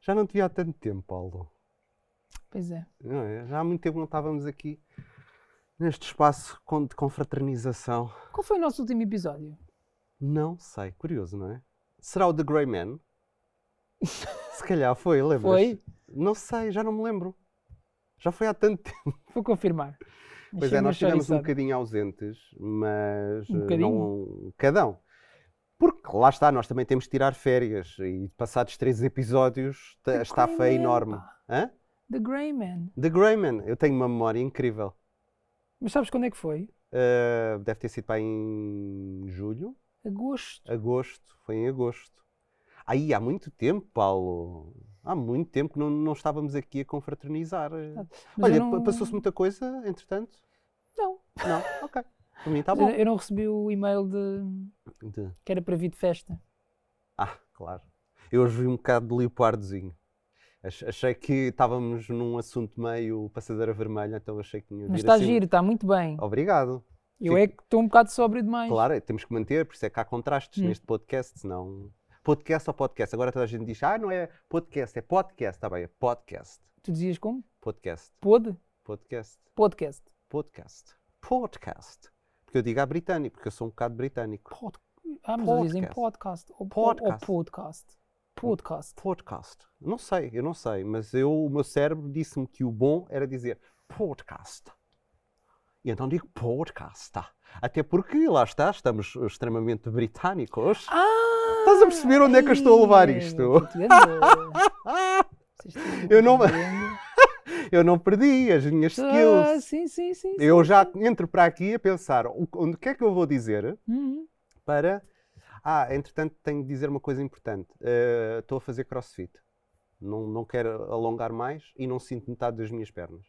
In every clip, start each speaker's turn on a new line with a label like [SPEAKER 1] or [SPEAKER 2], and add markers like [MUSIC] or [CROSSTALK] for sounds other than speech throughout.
[SPEAKER 1] Já não te vi há tanto tempo, Paulo.
[SPEAKER 2] Pois é.
[SPEAKER 1] Não é? Já há muito tempo não estávamos aqui neste espaço con- de confraternização.
[SPEAKER 2] Qual foi o nosso último episódio?
[SPEAKER 1] Não sei, curioso, não é? Será o The Grey Man? Se calhar foi, lembras?
[SPEAKER 2] Foi?
[SPEAKER 1] Não sei, já não me lembro. Já foi há tanto tempo.
[SPEAKER 2] Vou confirmar. Mas
[SPEAKER 1] Pois
[SPEAKER 2] sim,
[SPEAKER 1] é, nós
[SPEAKER 2] mas só
[SPEAKER 1] estivemos
[SPEAKER 2] isso
[SPEAKER 1] um
[SPEAKER 2] sabe.
[SPEAKER 1] bocadinho ausentes, mas
[SPEAKER 2] Um
[SPEAKER 1] eh,
[SPEAKER 2] bocadinho?
[SPEAKER 1] não cada um. Porque lá está, nós também temos de tirar férias e passados três episódios ta-
[SPEAKER 2] The
[SPEAKER 1] a estafa é
[SPEAKER 2] Grey Man,
[SPEAKER 1] enorme.
[SPEAKER 2] pá.
[SPEAKER 1] Hã?
[SPEAKER 2] The Grey Man.
[SPEAKER 1] The Greyman, eu tenho uma memória incrível.
[SPEAKER 2] Mas sabes quando é que foi?
[SPEAKER 1] Eh, deve ter sido para em julho,
[SPEAKER 2] Agosto.
[SPEAKER 1] agosto, foi em agosto. Aí há muito tempo, Paulo. Há muito tempo que não, não estávamos aqui a confraternizar.
[SPEAKER 2] Ah, Mas
[SPEAKER 1] Olha,
[SPEAKER 2] eu não...
[SPEAKER 1] pa- passou-se muita coisa, entretanto?
[SPEAKER 2] Não.
[SPEAKER 1] Não? [LAUGHS] Ok. Para mim está
[SPEAKER 2] Mas eu-
[SPEAKER 1] Tá bom.
[SPEAKER 2] Eu não recebi o e-mail de
[SPEAKER 1] De-
[SPEAKER 2] que era para vir de festa.
[SPEAKER 1] Ah, claro. Eu hoje vi um bocado de leopardozinho. Ach- Achei que estávamos num assunto meio passadeira vermelha, então achei que tinha de
[SPEAKER 2] Mas
[SPEAKER 1] vir
[SPEAKER 2] está
[SPEAKER 1] assim.
[SPEAKER 2] giro, está muito bem.
[SPEAKER 1] Obrigado.
[SPEAKER 2] Eu é que estou um bocado sóbrio demais.
[SPEAKER 1] Claro, temos que manter, por isso é que há contrastes
[SPEAKER 2] Hum.
[SPEAKER 1] neste podcast, senão. Podcast ou podcast? Agora toda a gente diz, ah, não é podcast, é podcast. Está bem, é podcast.
[SPEAKER 2] Tu dizias como?
[SPEAKER 1] Podcast.
[SPEAKER 2] Pod?
[SPEAKER 1] Podcast.
[SPEAKER 2] Podcast.
[SPEAKER 1] Podcast. Podcast. Porque eu digo à britânico, porque eu sou um bocado britânico.
[SPEAKER 2] Pod... Ah, mas eles dizem podcast. Ou, podcast. ou
[SPEAKER 1] Podcast.
[SPEAKER 2] podcast. Podcast.
[SPEAKER 1] Podcast. Não sei, eu não sei, mas eu, o meu cérebro disse-me que o bom era dizer podcast. E então digo podcast. Até porque, lá está, estamos extremamente britânicos.
[SPEAKER 2] Ah!
[SPEAKER 1] Estás a perceber onde é que eu estou a levar
[SPEAKER 2] ei,
[SPEAKER 1] isto?
[SPEAKER 2] [LAUGHS] meu português,
[SPEAKER 1] Ah,
[SPEAKER 2] vocês estão
[SPEAKER 1] Eu não-
[SPEAKER 2] compreendendo.
[SPEAKER 1] eu não perdi as minhas
[SPEAKER 2] Ah,
[SPEAKER 1] skills.
[SPEAKER 2] sim, sim, sim. sim.
[SPEAKER 1] Eu já entro para aqui a pensar o onde que é que eu vou dizer
[SPEAKER 2] Uhum.
[SPEAKER 1] para. Ah, entretanto, tenho de dizer uma coisa importante. Eh, Estou a fazer crossfit. Não, não quero alongar mais e não sinto metade das minhas pernas.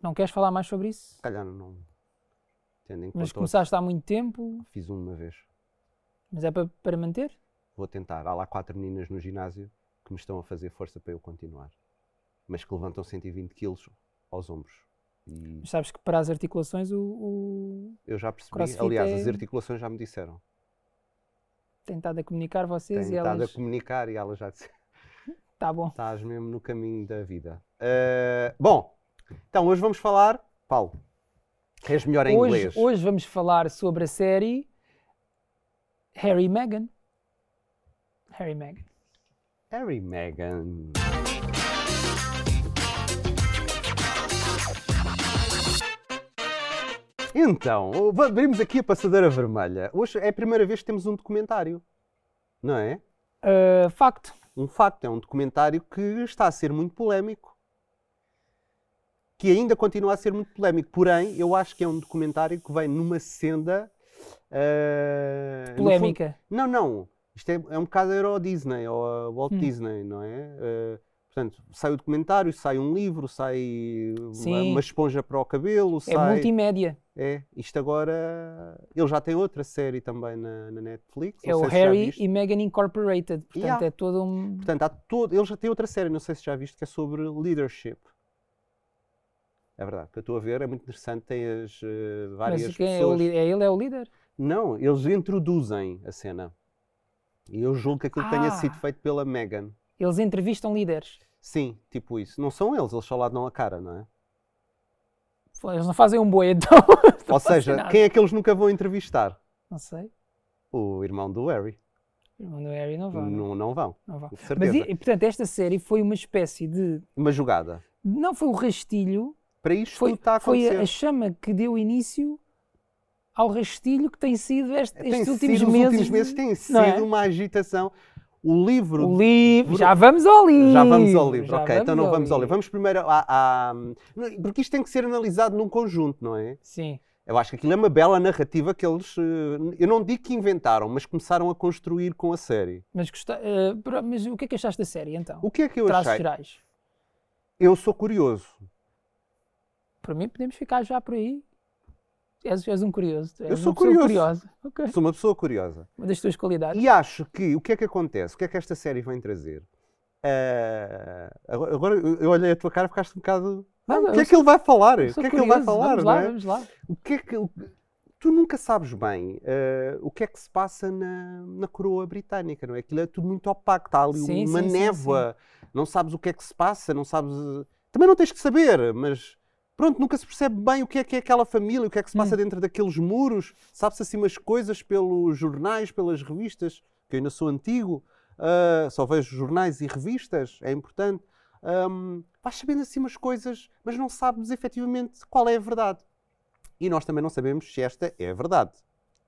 [SPEAKER 2] Não queres falar mais sobre isso?
[SPEAKER 1] Se calhar não. Tendo em conta
[SPEAKER 2] Mas
[SPEAKER 1] o-
[SPEAKER 2] começaste há muito tempo,
[SPEAKER 1] Fiz uma vez.
[SPEAKER 2] mas é para, para manter?
[SPEAKER 1] Vou tentar. Há lá quatro meninas no ginásio que me estão a fazer força para eu continuar. Mas que levantam 120 quilos aos ombros. E
[SPEAKER 2] Mas sabes que para as articulações o, o...
[SPEAKER 1] eu já percebi.
[SPEAKER 2] Crossfit
[SPEAKER 1] Aliás,
[SPEAKER 2] é-
[SPEAKER 1] as articulações já me disseram.
[SPEAKER 2] tem estado a comunicar
[SPEAKER 1] Têm
[SPEAKER 2] vocês e
[SPEAKER 1] estado
[SPEAKER 2] elas.
[SPEAKER 1] a comunicar e elas já disseram.
[SPEAKER 2] Tá bom.
[SPEAKER 1] Estás mesmo no caminho da vida. Ah, bom, então hoje vamos falar. Paulo, que és melhor em
[SPEAKER 2] Hoje,
[SPEAKER 1] inglês.
[SPEAKER 2] hoje vamos falar sobre a série Harry e Meghan. Harry e Meghan.
[SPEAKER 1] Harry Meghan. Então, va- abrimos aqui a passadeira vermelha. Hoje é a primeira vez que temos um documentário, não é?
[SPEAKER 2] Ah, facto.
[SPEAKER 1] Um facto, é um documentário que está a ser muito polémico. Que ainda continua a ser muito polémico, porém, eu acho que é um documentário que vem numa senda. ah, no fundo-
[SPEAKER 2] Polémica.
[SPEAKER 1] não, não. Isto é, é um bocado a Euro Disney ou a Walt
[SPEAKER 2] Hum.
[SPEAKER 1] Disney, não é? Eh, portanto, sai o documentário, sai um livro, sai uma-
[SPEAKER 2] Sim.
[SPEAKER 1] uma esponja para o cabelo,
[SPEAKER 2] É
[SPEAKER 1] sai.
[SPEAKER 2] multimédia.
[SPEAKER 1] É, isto agora. Ele já tem outra série também na, na Netflix.
[SPEAKER 2] É
[SPEAKER 1] não
[SPEAKER 2] o
[SPEAKER 1] sei se já
[SPEAKER 2] Harry
[SPEAKER 1] viste.
[SPEAKER 2] e Meghan Incorporated. Portanto,
[SPEAKER 1] Yeah.
[SPEAKER 2] é todo um.
[SPEAKER 1] Portanto, há todo... ele já tem outra série, não sei se já viste, que é sobre leadership. É verdade, que eu estou a ver, é muito interessante, tem as eh, várias
[SPEAKER 2] Mas quem
[SPEAKER 1] pessoas.
[SPEAKER 2] é, o li- é ele é o líder?
[SPEAKER 1] Não, eles introduzem a cena. E eu julgo que aquilo tenha sido
[SPEAKER 2] Ah.
[SPEAKER 1] feito pela Megan.
[SPEAKER 2] Eles entrevistam líderes.
[SPEAKER 1] Sim, tipo isso. Não são eles, eles só lá dão a cara, não é?
[SPEAKER 2] Eles não fazem um boi, então.
[SPEAKER 1] Ou seja,
[SPEAKER 2] fascinada.
[SPEAKER 1] quem é que eles nunca vão entrevistar?
[SPEAKER 2] Não sei.
[SPEAKER 1] O irmão do Harry.
[SPEAKER 2] O irmão do Harry não vai. Não,
[SPEAKER 1] Não, não vão,
[SPEAKER 2] não vai.
[SPEAKER 1] de
[SPEAKER 2] Mas,
[SPEAKER 1] certeza.
[SPEAKER 2] e, e, portanto, esta série foi uma espécie de.
[SPEAKER 1] Uma jogada.
[SPEAKER 2] Não foi um rastilho,
[SPEAKER 1] Para isto
[SPEAKER 2] foi,
[SPEAKER 1] tudo está a
[SPEAKER 2] foi
[SPEAKER 1] acontecer.
[SPEAKER 2] a, a chama que deu início ao rastilho que tem sido este,
[SPEAKER 1] Tem
[SPEAKER 2] estes
[SPEAKER 1] sido-
[SPEAKER 2] últimos
[SPEAKER 1] os
[SPEAKER 2] meses.
[SPEAKER 1] últimos meses tipo,
[SPEAKER 2] de-
[SPEAKER 1] têm sido
[SPEAKER 2] não é?
[SPEAKER 1] uma agitação. O livro
[SPEAKER 2] O livro.
[SPEAKER 1] Bruno-
[SPEAKER 2] Já vamos ao livro.
[SPEAKER 1] Já vamos ao livro,
[SPEAKER 2] Já
[SPEAKER 1] ok. Então não vamos ao livro.
[SPEAKER 2] livro.
[SPEAKER 1] Vamos primeiro à, à- não, Porque isto tem que ser analisado num conjunto, não é?
[SPEAKER 2] Sim.
[SPEAKER 1] Eu acho que aquilo é uma bela narrativa que eles. eh, Eu não digo que inventaram, mas começaram a construir com a série.
[SPEAKER 2] Mas, gosta- eh, pro- mas o que é que achaste da série então?
[SPEAKER 1] O que é que eu
[SPEAKER 2] Traços
[SPEAKER 1] achei?
[SPEAKER 2] gerais.
[SPEAKER 1] Eu sou curioso.
[SPEAKER 2] Para mim, podemos ficar já por aí. És, és um curioso. tu és
[SPEAKER 1] Eu sou
[SPEAKER 2] uma pessoa
[SPEAKER 1] curioso.
[SPEAKER 2] curiosa. Ok.
[SPEAKER 1] Sou uma pessoa curiosa.
[SPEAKER 2] Uma das tuas qualidades.
[SPEAKER 1] E acho que o que é que acontece? O que é que esta série vem trazer? Ah, agora, agora eu eu olhei a tua cara e ficaste um bocado.
[SPEAKER 2] Nada,
[SPEAKER 1] o que é
[SPEAKER 2] eu
[SPEAKER 1] que ele vai falar? O
[SPEAKER 2] Eu
[SPEAKER 1] que
[SPEAKER 2] sou
[SPEAKER 1] é que ele vai
[SPEAKER 2] curioso.
[SPEAKER 1] falar?
[SPEAKER 2] Vamos
[SPEAKER 1] não
[SPEAKER 2] lá,
[SPEAKER 1] é?
[SPEAKER 2] vamos lá.
[SPEAKER 1] O que é que. o- tu nunca sabes bem eh, o que é que se passa na, na coroa britânica, não é? Aquilo é tudo muito opaco, está ali
[SPEAKER 2] Sim,
[SPEAKER 1] uma
[SPEAKER 2] sim, sim,
[SPEAKER 1] névoa, não sabes o que é que se passa, não sabes. eh, Também não tens que saber, mas pronto, nunca se percebe bem o que é que é aquela família, o que é que se passa
[SPEAKER 2] Hum.
[SPEAKER 1] dentro daqueles muros, sabe-se assim umas coisas pelos jornais, pelas revistas, que eu ainda sou antigo, ah, só vejo jornais e revistas, é importante. Ahm, vais sabendo assim umas coisas, mas não sabes efetivamente qual é a verdade. E nós também não sabemos se esta é a verdade.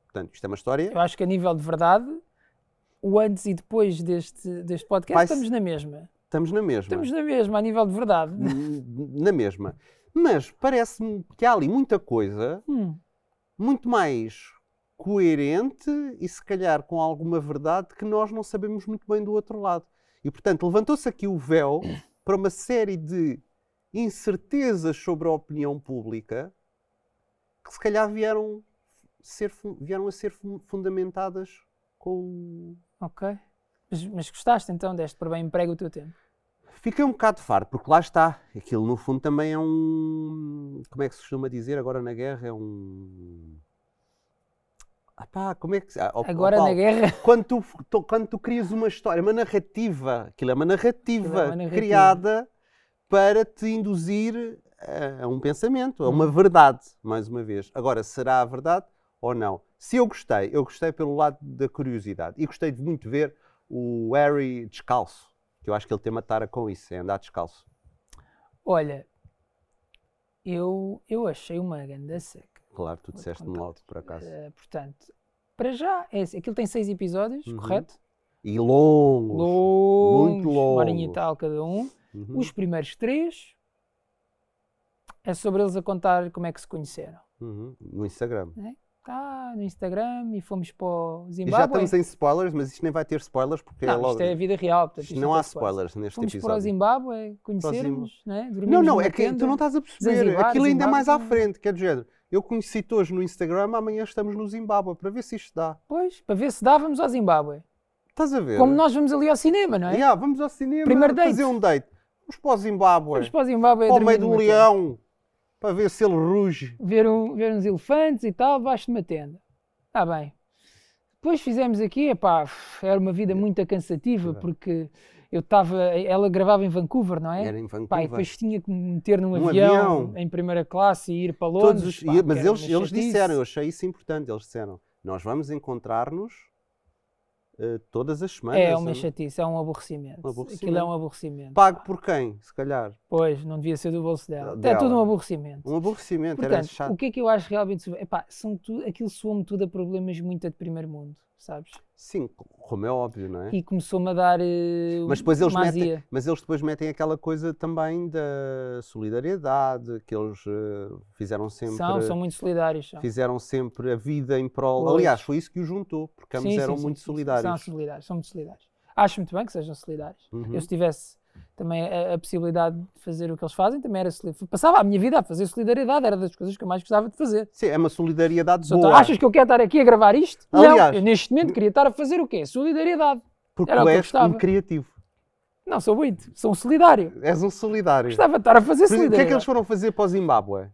[SPEAKER 1] Portanto, isto é uma história.
[SPEAKER 2] Eu acho que a nível de verdade, o antes e depois deste, deste podcast,
[SPEAKER 1] Vai-se-
[SPEAKER 2] estamos na mesma.
[SPEAKER 1] Estamos na mesma.
[SPEAKER 2] Estamos na mesma, a nível de verdade.
[SPEAKER 1] N- Na mesma. Mas parece-me que há ali muita coisa
[SPEAKER 2] Hum,
[SPEAKER 1] muito mais coerente e se calhar com alguma verdade que nós não sabemos muito bem do outro lado. E portanto, levantou-se aqui o véu para uma série de incertezas sobre a opinião pública que se calhar vieram, ser, fun- vieram a ser fun- fundamentadas com o
[SPEAKER 2] ok. Mas, mas gostaste então, deste para bem emprego o teu tempo.
[SPEAKER 1] Fiquei um bocado farto, porque lá está. Aquilo no fundo também é um. Como é que se costuma dizer agora na guerra? É um. Ah pá, como é que. se- ah, ó- ó
[SPEAKER 2] Agora na
[SPEAKER 1] Paulo,
[SPEAKER 2] guerra, [LAUGHS]
[SPEAKER 1] Quando tu, tu- quando tu crias uma história, uma narrativa, aquilo é uma narrativa,
[SPEAKER 2] Aquilo é uma narrativa.
[SPEAKER 1] criada para te induzir a, a um pensamento, a uma
[SPEAKER 2] Uhum.
[SPEAKER 1] verdade, mais uma vez. Agora, será a verdade ou não? Se eu gostei, eu gostei pelo lado da curiosidade e gostei de muito ver o Harry descalço, que eu acho que ele tem uma tara com isso, é andar descalço.
[SPEAKER 2] olha, eu, eu achei uma grande seca.
[SPEAKER 1] Claro, tu
[SPEAKER 2] Vou-te
[SPEAKER 1] disseste-me
[SPEAKER 2] contar.
[SPEAKER 1] logo, por acaso.
[SPEAKER 2] Eh, portanto, para já, é, assim, aquilo tem seis episódios,
[SPEAKER 1] Uhum.
[SPEAKER 2] correto?
[SPEAKER 1] E longos.
[SPEAKER 2] Longos,
[SPEAKER 1] muito
[SPEAKER 2] uma horinha e
[SPEAKER 1] longos.
[SPEAKER 2] tal cada um.
[SPEAKER 1] Uhum,
[SPEAKER 2] Os primeiros três é sobre eles a contar como é que se conheceram.
[SPEAKER 1] uhum, No Instagram.
[SPEAKER 2] Tá no Instagram e fomos para o
[SPEAKER 1] E já
[SPEAKER 2] Zimbábue.
[SPEAKER 1] estamos em spoilers, mas isto nem vai ter spoilers porque é
[SPEAKER 2] não,
[SPEAKER 1] logo.
[SPEAKER 2] isto é a vida real. Portanto,
[SPEAKER 1] Isto
[SPEAKER 2] isto
[SPEAKER 1] não
[SPEAKER 2] tem
[SPEAKER 1] há spoilers neste
[SPEAKER 2] Fomos para o
[SPEAKER 1] episódio.
[SPEAKER 2] Zimbábue, conhecermos, né? dormimos
[SPEAKER 1] Não, não,
[SPEAKER 2] numa
[SPEAKER 1] é que
[SPEAKER 2] tenda.
[SPEAKER 1] tu não estás a perceber.
[SPEAKER 2] Zanzibar,
[SPEAKER 1] Aquilo ainda é
[SPEAKER 2] Zimbábue,
[SPEAKER 1] mais à
[SPEAKER 2] não.
[SPEAKER 1] frente, que é do género. Eu conheci-te hoje no Instagram, amanhã estamos no Zimbábue para ver se isto dá.
[SPEAKER 2] Pois, para ver se dá, vamos ao Zimbábue.
[SPEAKER 1] Estás a ver?
[SPEAKER 2] Como nós vamos ali ao cinema, não é?
[SPEAKER 1] Yeah, vamos ao cinema
[SPEAKER 2] Primeiro date.
[SPEAKER 1] fazer um date. Vamos para o Zimbábue,
[SPEAKER 2] Vamos para o Zimbábue
[SPEAKER 1] para o
[SPEAKER 2] dormir
[SPEAKER 1] meio do
[SPEAKER 2] numa tenda.
[SPEAKER 1] leão, para ver se ele ruge.
[SPEAKER 2] ver, um- ver uns elefantes e tal, baixo de uma tenda. Está bem. Depois fizemos aqui, epá, era uma vida muito cansativa,
[SPEAKER 1] Verdade.
[SPEAKER 2] porque eu estava, ela gravava em Vancouver, não é?
[SPEAKER 1] Era em Vancouver.
[SPEAKER 2] Pá, e depois tinha que me meter num
[SPEAKER 1] Um
[SPEAKER 2] avião,
[SPEAKER 1] avião.
[SPEAKER 2] em primeira classe e ir para Londres.
[SPEAKER 1] Todos os-
[SPEAKER 2] pá,
[SPEAKER 1] e-
[SPEAKER 2] que
[SPEAKER 1] mas
[SPEAKER 2] era
[SPEAKER 1] eles,
[SPEAKER 2] uma
[SPEAKER 1] eles
[SPEAKER 2] chatice.
[SPEAKER 1] disseram, eu achei isso importante, eles disseram, nós vamos encontrar-nos eh, todas as semanas.
[SPEAKER 2] É
[SPEAKER 1] ou
[SPEAKER 2] uma
[SPEAKER 1] não?
[SPEAKER 2] chatice, é um aborrecimento.
[SPEAKER 1] Um aborrecimento.
[SPEAKER 2] Aquilo é um aborrecimento.
[SPEAKER 1] Pago por quem, se calhar.
[SPEAKER 2] Pois, não devia ser do bolso dela.
[SPEAKER 1] Dela.
[SPEAKER 2] É tudo um aborrecimento.
[SPEAKER 1] Um aborrecimento, era
[SPEAKER 2] Portanto,
[SPEAKER 1] chato.
[SPEAKER 2] o que é que eu acho realmente sobre. Epá, são tu, aquilo soa-me tudo a problemas muito de primeiro mundo, sabes?
[SPEAKER 1] Sim, como é óbvio, não é?
[SPEAKER 2] E começou-me a dar. eh,
[SPEAKER 1] Mas depois, eles
[SPEAKER 2] uma
[SPEAKER 1] metem,
[SPEAKER 2] azia.
[SPEAKER 1] mas eles depois metem aquela coisa também da solidariedade, que eles eh, fizeram sempre.
[SPEAKER 2] São, são muito solidários. São.
[SPEAKER 1] Fizeram sempre a vida em prol.
[SPEAKER 2] Pois.
[SPEAKER 1] Aliás, foi isso que os juntou, porque ambos
[SPEAKER 2] Sim,
[SPEAKER 1] eram
[SPEAKER 2] sim,
[SPEAKER 1] muito
[SPEAKER 2] sim, sim, sim, São
[SPEAKER 1] solidários.
[SPEAKER 2] solidários, são muito solidários. Acho muito bem que sejam solidários.
[SPEAKER 1] Uhum.
[SPEAKER 2] Eu, se tivesse também a, a possibilidade de fazer o que eles fazem, também era solidário. Passava a minha vida a fazer solidariedade, era das coisas que eu mais gostava de fazer.
[SPEAKER 1] Sim, é uma solidariedade
[SPEAKER 2] Só tu
[SPEAKER 1] boa.
[SPEAKER 2] achas que eu quero estar aqui a gravar isto?
[SPEAKER 1] Aliás-
[SPEAKER 2] não, eu neste momento queria estar a fazer o quê? Solidariedade.
[SPEAKER 1] Porque
[SPEAKER 2] era o
[SPEAKER 1] tu
[SPEAKER 2] que eu
[SPEAKER 1] és um
[SPEAKER 2] gostava.
[SPEAKER 1] criativo.
[SPEAKER 2] Não, sou muito, sou um solidário.
[SPEAKER 1] És um solidário.
[SPEAKER 2] Gostava de estar a fazer
[SPEAKER 1] Por exemplo, O que é que eles
[SPEAKER 2] solidariedade.
[SPEAKER 1] foram fazer para o Zimbábue?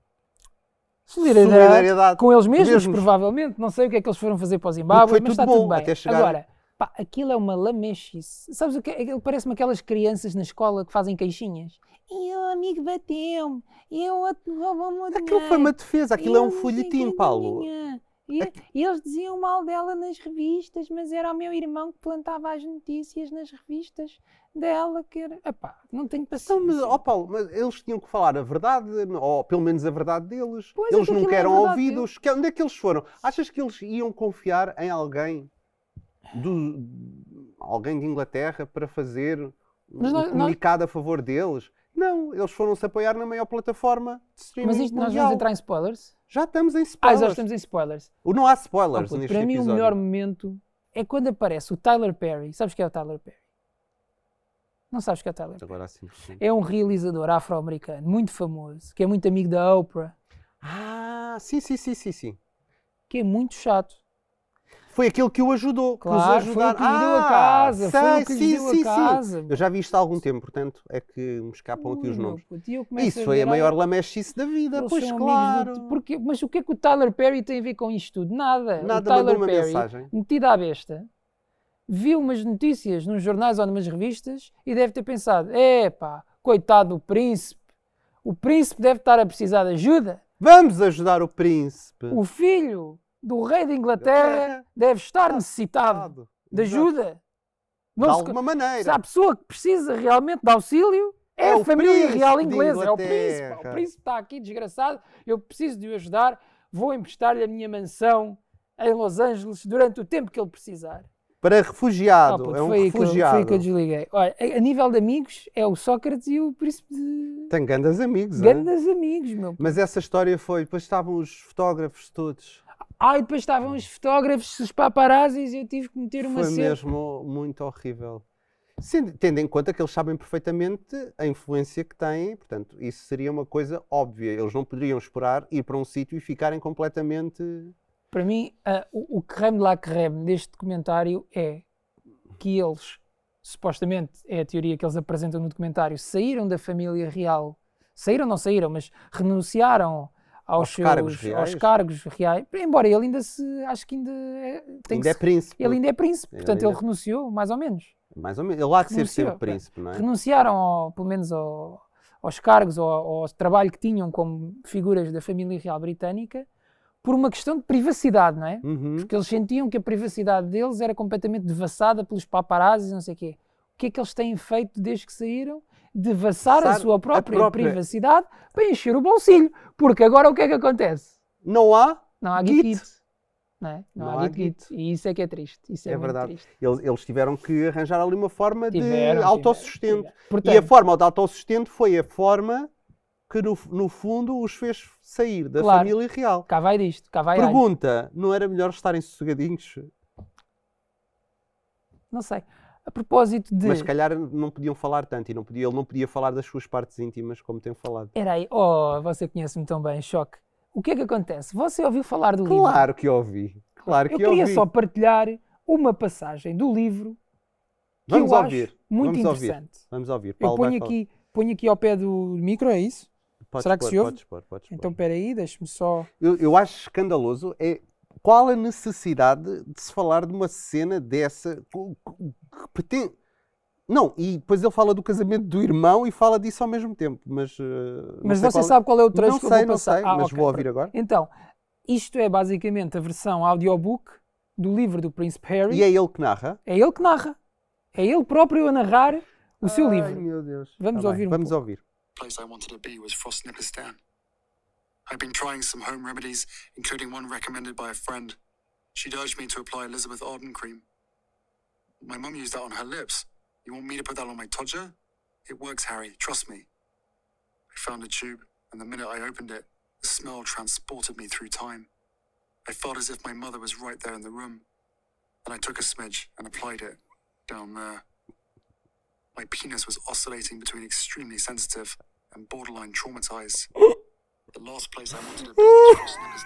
[SPEAKER 2] Solidariedade,
[SPEAKER 1] Solidariedade.
[SPEAKER 2] com eles mesmos,
[SPEAKER 1] Mesmos.
[SPEAKER 2] provavelmente. Não sei o que é que eles foram fazer para o Zimbábue,
[SPEAKER 1] foi
[SPEAKER 2] mas
[SPEAKER 1] tudo
[SPEAKER 2] está
[SPEAKER 1] bom
[SPEAKER 2] tudo bem.
[SPEAKER 1] até chegar-
[SPEAKER 2] Agora, pá, aquilo é uma lamechice. Sabes o que é? Aquilo Parece-me aquelas crianças na escola que fazem queixinhas. E o amigo bateu-me. E o outro roubou-me o dinheiro.
[SPEAKER 1] Aquilo foi uma defesa, aquilo é
[SPEAKER 2] eu
[SPEAKER 1] um
[SPEAKER 2] não sei quem
[SPEAKER 1] folhetim,
[SPEAKER 2] me
[SPEAKER 1] Paulo.
[SPEAKER 2] ganha. E, e eles diziam mal dela nas revistas, mas era o meu irmão que plantava as notícias nas revistas dela. Que era... Epá, não tenho paciência.
[SPEAKER 1] Então, mas, ó Paulo, mas eles tinham que falar a verdade, ou pelo menos a verdade deles.
[SPEAKER 2] Pois, é
[SPEAKER 1] eles
[SPEAKER 2] que aquilo
[SPEAKER 1] nunca
[SPEAKER 2] é a
[SPEAKER 1] eram
[SPEAKER 2] verdade
[SPEAKER 1] ouvidos. Que- onde é que eles foram? Achas que eles iam confiar em alguém do, alguém de Inglaterra para fazer um
[SPEAKER 2] Mas nós- nós-
[SPEAKER 1] comunicado a favor deles? Não, eles foram se apoiar na maior plataforma de streaming
[SPEAKER 2] Mas isto, nós
[SPEAKER 1] mundial. Então,
[SPEAKER 2] vamos entrar em spoilers?
[SPEAKER 1] Já estamos em
[SPEAKER 2] Ah,
[SPEAKER 1] spoilers.
[SPEAKER 2] já estamos em spoilers.
[SPEAKER 1] O Não há
[SPEAKER 2] Oh,
[SPEAKER 1] spoilers
[SPEAKER 2] puto,
[SPEAKER 1] neste
[SPEAKER 2] para mim,
[SPEAKER 1] episódio.
[SPEAKER 2] o melhor momento é quando aparece o Tyler Perry. Sabes quem é o Tyler Perry? Não sabes quem é o Tyler Perry?
[SPEAKER 1] Agora sim.
[SPEAKER 2] É um realizador afro-americano muito famoso, que é muito amigo da Oprah,
[SPEAKER 1] Ah, sim, sim, sim, sim, sim.
[SPEAKER 2] que é muito chato.
[SPEAKER 1] Foi aquilo que o ajudou, que os
[SPEAKER 2] Claro, foi o
[SPEAKER 1] ajudaram.
[SPEAKER 2] que lhe deu
[SPEAKER 1] Ah,
[SPEAKER 2] a casa, foi o que
[SPEAKER 1] sim,
[SPEAKER 2] lhe deu
[SPEAKER 1] sim,
[SPEAKER 2] a
[SPEAKER 1] sim.
[SPEAKER 2] casa.
[SPEAKER 1] Eu já vi isto há algum tempo, portanto, é que me escapam aqui os
[SPEAKER 2] Ui, meu é
[SPEAKER 1] nomes.
[SPEAKER 2] puto, e eu começo
[SPEAKER 1] Isso foi a
[SPEAKER 2] virar-
[SPEAKER 1] maior lamechice da vida,
[SPEAKER 2] Eles
[SPEAKER 1] pois
[SPEAKER 2] são amigos
[SPEAKER 1] claro.
[SPEAKER 2] do- Porque- mas o que é que o Tyler Perry tem a ver com isto tudo? Nada. o
[SPEAKER 1] Nada,
[SPEAKER 2] Tyler
[SPEAKER 1] mandou uma
[SPEAKER 2] Perry,
[SPEAKER 1] mensagem.
[SPEAKER 2] metido à besta, viu umas notícias nos jornais ou numas revistas e deve ter pensado: epá, coitado do príncipe, o príncipe deve estar a precisar de ajuda.
[SPEAKER 1] Vamos ajudar o príncipe.
[SPEAKER 2] O filho do rei da
[SPEAKER 1] É.
[SPEAKER 2] Inglaterra deve estar necessitado de ajuda.
[SPEAKER 1] De
[SPEAKER 2] Não se-
[SPEAKER 1] alguma maneira.
[SPEAKER 2] se a pessoa que precisa realmente de auxílio é,
[SPEAKER 1] É
[SPEAKER 2] a
[SPEAKER 1] o
[SPEAKER 2] família
[SPEAKER 1] príncipe
[SPEAKER 2] real
[SPEAKER 1] de
[SPEAKER 2] inglesa, é o príncipe.
[SPEAKER 1] Inglaterra.
[SPEAKER 2] O príncipe está aqui desgraçado, eu preciso de o ajudar, vou emprestar-lhe a minha mansão em Los Angeles durante o tempo que ele precisar.
[SPEAKER 1] Para
[SPEAKER 2] Ah,
[SPEAKER 1] refugiado.
[SPEAKER 2] puto,
[SPEAKER 1] é um
[SPEAKER 2] foi, aí que eu, foi aí
[SPEAKER 1] refugiado.
[SPEAKER 2] que eu desliguei. Olha, a, a nível de amigos, é o Sócrates e o príncipe de
[SPEAKER 1] Tem grandes amigos. hein?
[SPEAKER 2] grandes amigos, meu.
[SPEAKER 1] Mas essa história foi. Depois estavam os fotógrafos todos.
[SPEAKER 2] Ah, e depois estavam os fotógrafos, os paparazzis, e eu tive que meter uma
[SPEAKER 1] Foi
[SPEAKER 2] cena.
[SPEAKER 1] mesmo muito horrível. Sendo- Tendo em conta que eles sabem perfeitamente a influência que têm, portanto, isso seria uma coisa óbvia. Eles não poderiam esperar ir para um sítio e ficarem completamente.
[SPEAKER 2] Para mim, ah, o, o creme de la creme deste documentário é que eles, supostamente, é a teoria que eles apresentam no documentário, saíram da família real. Saíram, não saíram, mas renunciaram aos,
[SPEAKER 1] Aos
[SPEAKER 2] seus,
[SPEAKER 1] cargos
[SPEAKER 2] aos
[SPEAKER 1] reais.
[SPEAKER 2] cargos reais. Embora ele ainda se. Acho que ainda. é- tem
[SPEAKER 1] Ainda
[SPEAKER 2] que
[SPEAKER 1] é
[SPEAKER 2] se-
[SPEAKER 1] príncipe.
[SPEAKER 2] ele ainda é príncipe,
[SPEAKER 1] Ele
[SPEAKER 2] portanto ele
[SPEAKER 1] ainda-
[SPEAKER 2] renunciou, mais ou menos.
[SPEAKER 1] Mais ou menos. Ele há de ser
[SPEAKER 2] Renunciou,
[SPEAKER 1] sempre príncipe, não é?
[SPEAKER 2] Renunciaram, ao- pelo menos, ao- aos cargos ou ao, ao trabalho que tinham como figuras da família real britânica por uma questão de privacidade, não é?
[SPEAKER 1] Uhum.
[SPEAKER 2] porque eles sentiam que a privacidade deles era completamente devassada pelos paparazzis e não sei o quê. O que é que eles têm feito desde que saíram? Devassar a
[SPEAKER 1] Devassar
[SPEAKER 2] sua
[SPEAKER 1] a
[SPEAKER 2] própria,
[SPEAKER 1] própria-
[SPEAKER 2] privacidade para encher o bolsilho. Porque agora o que é que acontece?
[SPEAKER 1] Não há
[SPEAKER 2] Não há
[SPEAKER 1] git.
[SPEAKER 2] git-git. Não, é? não, há git-git. E isso é que é triste. Isso é,
[SPEAKER 1] É
[SPEAKER 2] muito
[SPEAKER 1] verdade.
[SPEAKER 2] triste.
[SPEAKER 1] Eles, eles tiveram que arranjar ali uma forma
[SPEAKER 2] Tiveram,
[SPEAKER 1] de autossustento.
[SPEAKER 2] tiveram.
[SPEAKER 1] E a
[SPEAKER 2] Portanto,
[SPEAKER 1] forma de autossustento foi a forma que, no, no fundo, os fez sair da
[SPEAKER 2] Claro.
[SPEAKER 1] família real.
[SPEAKER 2] cá vai disto. Cá vai alho.
[SPEAKER 1] Pergunta: não era melhor estarem sossegadinhos?
[SPEAKER 2] Não sei. A propósito de...
[SPEAKER 1] Mas se calhar não podiam falar tanto e não podia, ele não podia falar das suas partes íntimas como tem falado.
[SPEAKER 2] Era aí. Oh, você conhece-me tão bem. Choque. O que é que acontece? Você ouviu falar do livro?
[SPEAKER 1] Claro que ouvi. Claro que
[SPEAKER 2] Eu queria
[SPEAKER 1] ouvi.
[SPEAKER 2] só partilhar uma passagem do livro que
[SPEAKER 1] Vamos
[SPEAKER 2] eu
[SPEAKER 1] ouvir.
[SPEAKER 2] acho muito
[SPEAKER 1] Vamos ouvir.
[SPEAKER 2] interessante.
[SPEAKER 1] Vamos ouvir.
[SPEAKER 2] Eu
[SPEAKER 1] Paulo vai
[SPEAKER 2] ponho
[SPEAKER 1] falar.
[SPEAKER 2] aqui, ponho aqui ao pé do micro, é isso?
[SPEAKER 1] Podes
[SPEAKER 2] será que
[SPEAKER 1] pôr,
[SPEAKER 2] se ouve?
[SPEAKER 1] Podes pôr, podes pôr.
[SPEAKER 2] Então espera aí, deixe-me só.
[SPEAKER 1] eu, eu acho escandaloso é qual a necessidade de se falar de uma cena dessa co- co- que pretende. Não, e depois ele fala do casamento do irmão e fala disso ao mesmo tempo. Mas, eh, não
[SPEAKER 2] Mas
[SPEAKER 1] sei
[SPEAKER 2] você
[SPEAKER 1] qual é-
[SPEAKER 2] sabe qual é o trecho
[SPEAKER 1] não
[SPEAKER 2] que eu
[SPEAKER 1] sei,
[SPEAKER 2] vou
[SPEAKER 1] não
[SPEAKER 2] passar?
[SPEAKER 1] sei,
[SPEAKER 2] Ah,
[SPEAKER 1] mas
[SPEAKER 2] ok,
[SPEAKER 1] vou ouvir
[SPEAKER 2] pronto.
[SPEAKER 1] agora.
[SPEAKER 2] Então, isto é basicamente a versão audiobook do livro do Príncipe Harry.
[SPEAKER 1] E é ele que narra.
[SPEAKER 2] É ele que narra. É ele próprio a narrar o seu
[SPEAKER 1] Ai,
[SPEAKER 2] livro.
[SPEAKER 1] meu Deus.
[SPEAKER 2] Vamos
[SPEAKER 1] Tá bem,
[SPEAKER 2] ouvir um
[SPEAKER 1] Vamos
[SPEAKER 2] pouco.
[SPEAKER 1] ouvir.
[SPEAKER 3] place I wanted to be was Frost Nippers Down. I'd been trying some home remedies, including one recommended by a friend. She'd urged me to apply Elizabeth Arden cream. My mum used that on her lips. You want me to put that on my todger? It works, Harry. Trust me. I found a tube, and the minute I opened it, the smell transported me through time. I felt as if my mother was right there in the room. Then I took a smidge and applied it down there. My penis was oscillating between extremely sensitive and borderline traumatized. The last place I wanted to be was Frost Nippers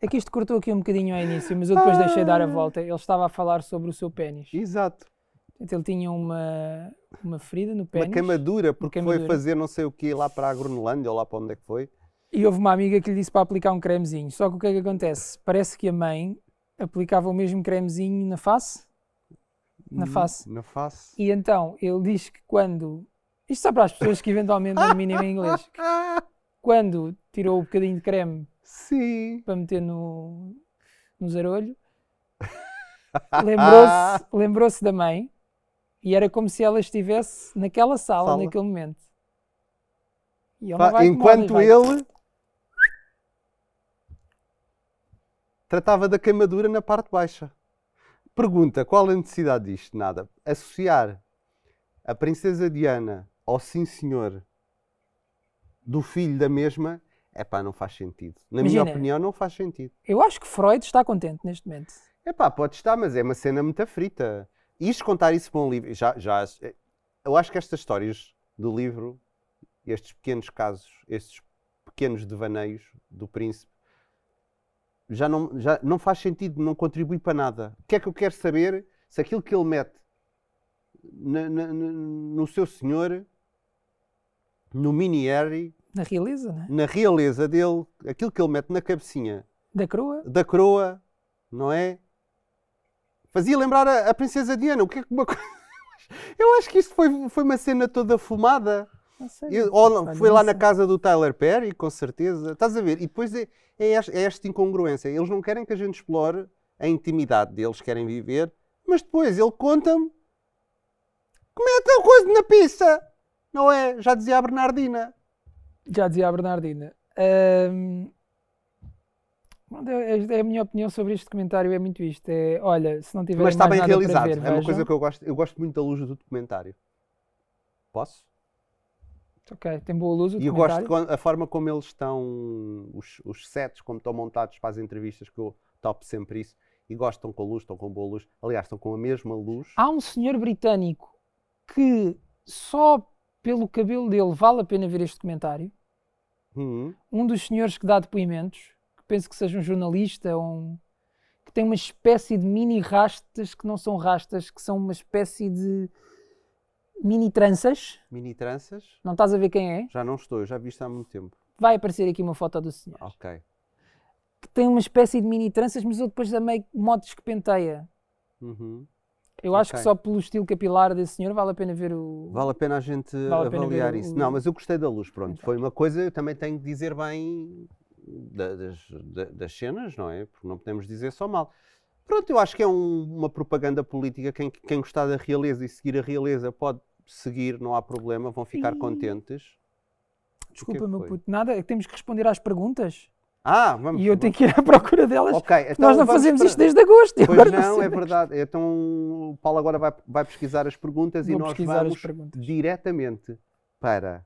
[SPEAKER 2] É que isto cortou aqui um bocadinho ao início, mas eu depois deixei dar a
[SPEAKER 1] Ah.
[SPEAKER 2] volta. Ele estava a falar sobre o seu pênis.
[SPEAKER 1] Exato.
[SPEAKER 2] Portanto, Ele tinha uma, uma ferida no
[SPEAKER 1] Uma
[SPEAKER 2] pênis.
[SPEAKER 1] queimadura, porque foi
[SPEAKER 2] queimadura.
[SPEAKER 1] fazer não sei o que lá para a Groenlândia ou lá para onde é que foi.
[SPEAKER 2] E houve uma amiga que lhe disse para aplicar um cremezinho. Só que o que é que acontece? Parece que a mãe aplicava o mesmo cremezinho na face. Na
[SPEAKER 1] Hum,
[SPEAKER 2] face.
[SPEAKER 1] Na face.
[SPEAKER 2] E então ele diz que quando. Isto só para as pessoas que eventualmente não dominam inglês.
[SPEAKER 1] Ah,
[SPEAKER 2] Quando tirou o bocadinho de creme
[SPEAKER 1] sim.
[SPEAKER 2] para meter no, no zarolho, lembrou-se lembrou da mãe e era como se ela estivesse naquela sala,
[SPEAKER 1] Sala.
[SPEAKER 2] naquele momento. E ela
[SPEAKER 1] Pá,
[SPEAKER 2] vai com modas,
[SPEAKER 1] enquanto
[SPEAKER 2] vai.
[SPEAKER 1] ele tratava da queimadura na parte baixa. Pergunta: qual a necessidade disto? Nada. Associar a princesa Diana ao sim senhor do filho da mesma, é pá, não faz sentido. Na
[SPEAKER 2] Imagina.
[SPEAKER 1] minha opinião, não faz sentido.
[SPEAKER 2] Eu acho que Freud está contente neste momento.
[SPEAKER 1] É pá, pode estar, mas é uma cena muito frita. Isto contar isso para um livro. Já, já, eu acho que estas histórias do livro, estes pequenos casos, estes pequenos devaneios do príncipe, já não, já não faz sentido, não contribui para nada. O que é que eu quero saber se aquilo que ele mete na- na- na- no seu senhor, no mini Harry,
[SPEAKER 2] Na realeza, né?
[SPEAKER 1] na realeza dele, aquilo que ele mete na cabecinha
[SPEAKER 2] Da crua.
[SPEAKER 1] da coroa, não é? Fazia lembrar a, a princesa Diana. O que é que uma co- [LAUGHS] Eu acho que isto foi, foi uma cena toda fumada.
[SPEAKER 2] Não sei.
[SPEAKER 1] Eu- ou
[SPEAKER 2] Olha,
[SPEAKER 1] foi
[SPEAKER 2] não
[SPEAKER 1] lá na
[SPEAKER 2] sei.
[SPEAKER 1] casa do Tyler Perry, com certeza. Estás a ver? E depois é, é es- é esta incongruência. Eles não querem que a gente explore a intimidade deles, querem viver, mas depois ele conta-me que mete a coisa na pizza. Não é? Já dizia a Bernardina.
[SPEAKER 2] Já dizia a Bernardina. Ahm, pronto, é, é a minha opinião sobre este documentário é muito isto. É, olha, se não tiver
[SPEAKER 1] Mas está bem
[SPEAKER 2] nada para
[SPEAKER 1] realizado.
[SPEAKER 2] ver,
[SPEAKER 1] é uma coisa
[SPEAKER 2] vejam.
[SPEAKER 1] que eu gosto. Eu gosto muito da luz do documentário. Posso?
[SPEAKER 2] Ok, tem boa luz o
[SPEAKER 1] E eu gosto
[SPEAKER 2] documentário.
[SPEAKER 1] da forma como eles estão, os, os sets, como estão montados para as entrevistas, que eu topo sempre isso. E gosto, estão com a luz, estão com boa luz. Aliás, estão com a mesma luz.
[SPEAKER 2] Há um senhor britânico que só pelo cabelo dele vale a pena ver este documentário.
[SPEAKER 1] Hum,
[SPEAKER 2] um dos senhores que dá depoimentos, que penso que seja um jornalista ou um, que tem uma espécie de mini rastas que não são rastas, que são uma espécie de mini tranças.
[SPEAKER 1] mini tranças.
[SPEAKER 2] Não estás a ver quem é?
[SPEAKER 1] Já não estou, eu já vi isto há muito tempo.
[SPEAKER 2] Vai aparecer aqui uma foto do senhor.
[SPEAKER 1] Ok.
[SPEAKER 2] Que tem uma espécie de mini tranças, mas ele depois a meio modos que penteia.
[SPEAKER 1] Uhum.
[SPEAKER 2] Eu acho que
[SPEAKER 1] Ok.
[SPEAKER 2] só pelo estilo capilar desse senhor vale a pena ver o.
[SPEAKER 1] Vale a pena a gente
[SPEAKER 2] Vale a pena
[SPEAKER 1] avaliar
[SPEAKER 2] ver o-
[SPEAKER 1] isso. Não, mas eu gostei da luz, pronto. Foi uma coisa, eu também tenho que dizer bem da- das, da- das cenas, não é? Porque não podemos dizer só mal. Pronto, eu acho que é um- uma propaganda política. Quem, quem gostar da realeza e seguir a realeza pode seguir, não há problema, vão ficar
[SPEAKER 2] Ih.
[SPEAKER 1] contentes.
[SPEAKER 2] Desculpa,
[SPEAKER 1] O que é que
[SPEAKER 2] meu
[SPEAKER 1] foi?
[SPEAKER 2] puto, nada. Temos que responder às perguntas
[SPEAKER 1] Ah, vamos.
[SPEAKER 2] e eu
[SPEAKER 1] vamos.
[SPEAKER 2] tenho que ir à procura delas.
[SPEAKER 1] Ok, então
[SPEAKER 2] Nós não
[SPEAKER 1] vamos
[SPEAKER 2] fazemos
[SPEAKER 1] para-
[SPEAKER 2] isto desde agosto. e agora
[SPEAKER 1] Pois
[SPEAKER 2] não
[SPEAKER 1] não, é
[SPEAKER 2] sei.
[SPEAKER 1] verdade. Então o Paulo agora vai, vai pesquisar as perguntas
[SPEAKER 2] Vou
[SPEAKER 1] e nós
[SPEAKER 2] pesquisar as
[SPEAKER 1] vamos
[SPEAKER 2] perguntas.
[SPEAKER 1] diretamente para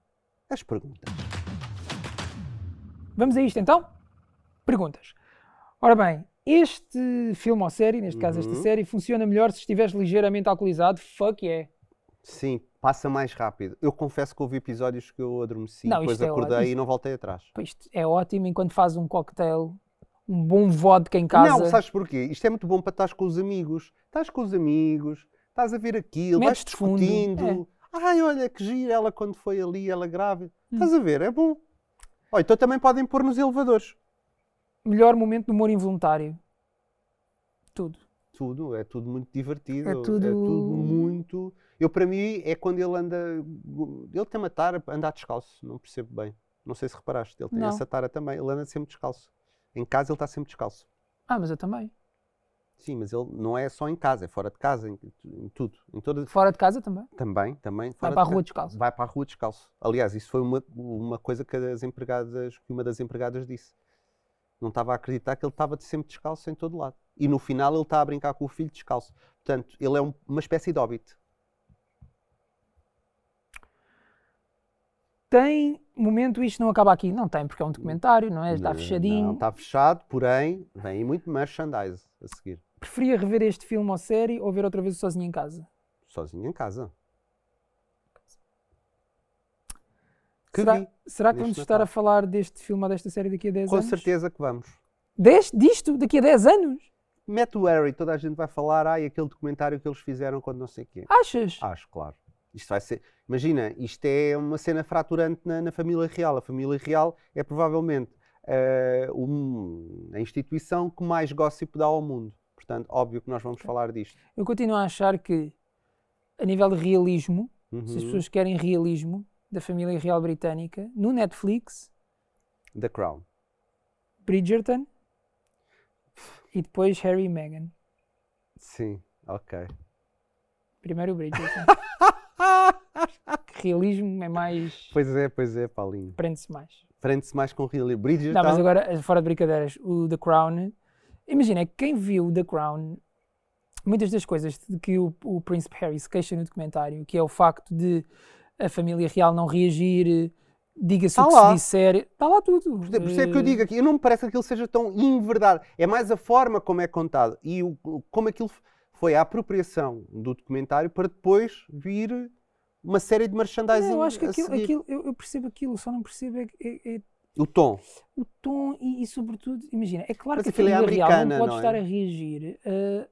[SPEAKER 1] as perguntas.
[SPEAKER 2] Vamos a isto então? Perguntas. Ora bem, este filme ou série, neste caso esta
[SPEAKER 1] Uhum.
[SPEAKER 2] série, funciona melhor se estiveres ligeiramente alcoolizado? Fuck yeah.
[SPEAKER 1] Sim, passa mais rápido. Eu confesso que houve episódios que eu adormeci,
[SPEAKER 2] Não,
[SPEAKER 1] depois
[SPEAKER 2] isto é
[SPEAKER 1] acordei
[SPEAKER 2] ótimo.
[SPEAKER 1] e não voltei atrás.
[SPEAKER 2] Pá, Isto é ótimo enquanto fazes um cocktail, um bom vodka em casa.
[SPEAKER 1] Não, sabes porquê? Isto é muito bom para estar com os amigos. Estás com os amigos, estás a ver aquilo, vais
[SPEAKER 2] Metes de fundo, É.
[SPEAKER 1] discutindo. Ai, olha que giro, ela quando foi ali, ela grávida.
[SPEAKER 2] Hum.
[SPEAKER 1] Estás a ver, é bom. Ou então também podem pôr nos elevadores.
[SPEAKER 2] Melhor momento de humor involuntário. Tudo.
[SPEAKER 1] Tudo, é tudo muito divertido.
[SPEAKER 2] É tudo-
[SPEAKER 1] muito. Eu, para mim, é quando ele anda. Ele tem uma tara, andar descalço, não percebo bem. Não sei se reparaste, ele tem
[SPEAKER 2] Não.
[SPEAKER 1] essa tara também, ele anda sempre descalço. Em casa ele está sempre descalço.
[SPEAKER 2] Ah, mas eu também.
[SPEAKER 1] Sim, mas ele não é só em casa, é fora de casa, em, em tudo. Em todas
[SPEAKER 2] Fora de casa também.
[SPEAKER 1] Também, também.
[SPEAKER 2] Vai
[SPEAKER 1] fora
[SPEAKER 2] para a
[SPEAKER 1] de
[SPEAKER 2] rua
[SPEAKER 1] casa.
[SPEAKER 2] descalço.
[SPEAKER 1] Vai para a rua descalço. Aliás, isso foi uma, uma coisa que as empregadas, que uma das empregadas disse. Não estava a acreditar que ele estava de- sempre descalço em todo lado. E no final ele está a brincar com o filho descalço. Portanto, ele é um- uma espécie de hobbit.
[SPEAKER 2] Tem momento isto não acaba aqui? Não tem, porque é um documentário, não é?
[SPEAKER 1] Não,
[SPEAKER 2] Está fechadinho.
[SPEAKER 1] Não, está fechado, porém, vem aí muito merchandise a seguir.
[SPEAKER 2] Preferia rever este filme ou série ou ver outra vez o sozinho em casa?
[SPEAKER 1] Sozinho em casa. Que
[SPEAKER 2] será,
[SPEAKER 1] vi.
[SPEAKER 2] será que vamos
[SPEAKER 1] neste
[SPEAKER 2] estar a
[SPEAKER 1] Natal.
[SPEAKER 2] falar deste filme ou desta série daqui a 10
[SPEAKER 1] Com
[SPEAKER 2] anos?
[SPEAKER 1] certeza que vamos.
[SPEAKER 2] Deste, disto, daqui a 10 anos?
[SPEAKER 1] Mete o Harry, toda a gente vai falar, ai, aquele documentário que eles fizeram quando não sei o quê.
[SPEAKER 2] Achas?
[SPEAKER 1] Acho, claro. Isto vai ser. Imagina, isto é uma cena fraturante na, na família real. A família real é provavelmente eh, um- a instituição que mais gossip dá ao mundo. Portanto, óbvio que nós vamos falar disto.
[SPEAKER 2] Eu continuo a achar que, a nível de realismo, se as
[SPEAKER 1] Uhum.
[SPEAKER 2] pessoas querem realismo da família real britânica, no Netflix,
[SPEAKER 1] The Crown.
[SPEAKER 2] Bridgerton e depois Harry e Meghan.
[SPEAKER 1] Sim, ok.
[SPEAKER 2] Primeiro
[SPEAKER 1] [LAUGHS]
[SPEAKER 2] o Bridgerton. que realismo é mais.
[SPEAKER 1] Pois é, pois é, Paulinho.
[SPEAKER 2] prende-se mais.
[SPEAKER 1] Prende-se mais com Hillary Bridgerton.
[SPEAKER 2] Não, mas agora, fora de brincadeiras, o The Crown. Imagina, quem viu The Crown, muitas das coisas de que o, o Príncipe Harry se queixa no documentário, que é o facto de a família real não reagir, eh, diga-se
[SPEAKER 1] Tá
[SPEAKER 2] o que
[SPEAKER 1] lá.
[SPEAKER 2] se disser, está lá tudo.
[SPEAKER 1] Por isso é que
[SPEAKER 2] Eh,
[SPEAKER 1] eu digo aqui, eu não me parece que aquilo seja tão inverdade. É mais a forma como é contado e o- o- como aquilo f- foi a apropriação do documentário para depois vir uma série de merchandising.
[SPEAKER 2] Não, eu acho que
[SPEAKER 1] um a
[SPEAKER 2] aquilo,
[SPEAKER 1] seguir.
[SPEAKER 2] aquilo- eu, eu percebo aquilo, só não percebo é, é- é
[SPEAKER 1] O tom.
[SPEAKER 2] o tom e, e, sobretudo, imagina, é claro
[SPEAKER 1] Mas
[SPEAKER 2] que a
[SPEAKER 1] aquilo é
[SPEAKER 2] família real
[SPEAKER 1] americana,
[SPEAKER 2] não pode
[SPEAKER 1] não é?
[SPEAKER 2] estar a reagir a,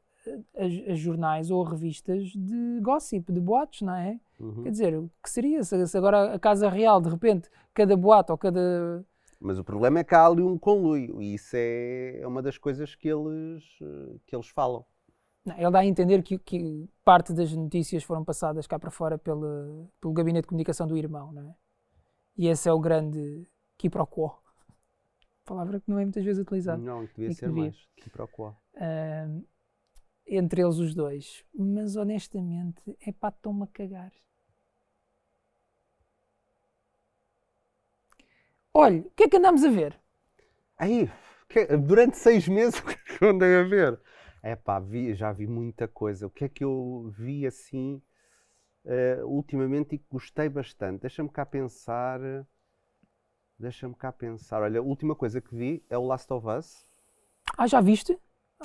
[SPEAKER 2] a- a jornais ou a revistas de gossip, de boatos, não é?
[SPEAKER 1] Uhum.
[SPEAKER 2] Quer dizer, o que seria se, se agora a Casa Real, de repente, cada boato ou cada...
[SPEAKER 1] Mas o problema é que há ali um conluio e isso é é uma das coisas que eles, eh, que eles falam.
[SPEAKER 2] Não, ele dá a entender que, que parte das notícias foram passadas cá para fora pela, pelo gabinete de comunicação do irmão, não é? E esse é o grande quiproquo. Palavra que não é muitas vezes utilizada.
[SPEAKER 1] Não, que devia
[SPEAKER 2] E que
[SPEAKER 1] ser
[SPEAKER 2] devia.
[SPEAKER 1] mais. Que procura.
[SPEAKER 2] Ahm, entre eles os dois. Mas honestamente, é pá, estão-me a cagar. Olha, o que é que andámos a ver?
[SPEAKER 1] Aí, que- durante seis meses, [LAUGHS] o que é que eu andei a ver? É pá, vi- já vi muita coisa. O que é que eu vi assim eh, ultimamente e que gostei bastante? Deixa-me cá pensar. Deixa-me cá pensar. Olha, a última coisa que vi é o Last of Us.
[SPEAKER 2] Ah, já viste?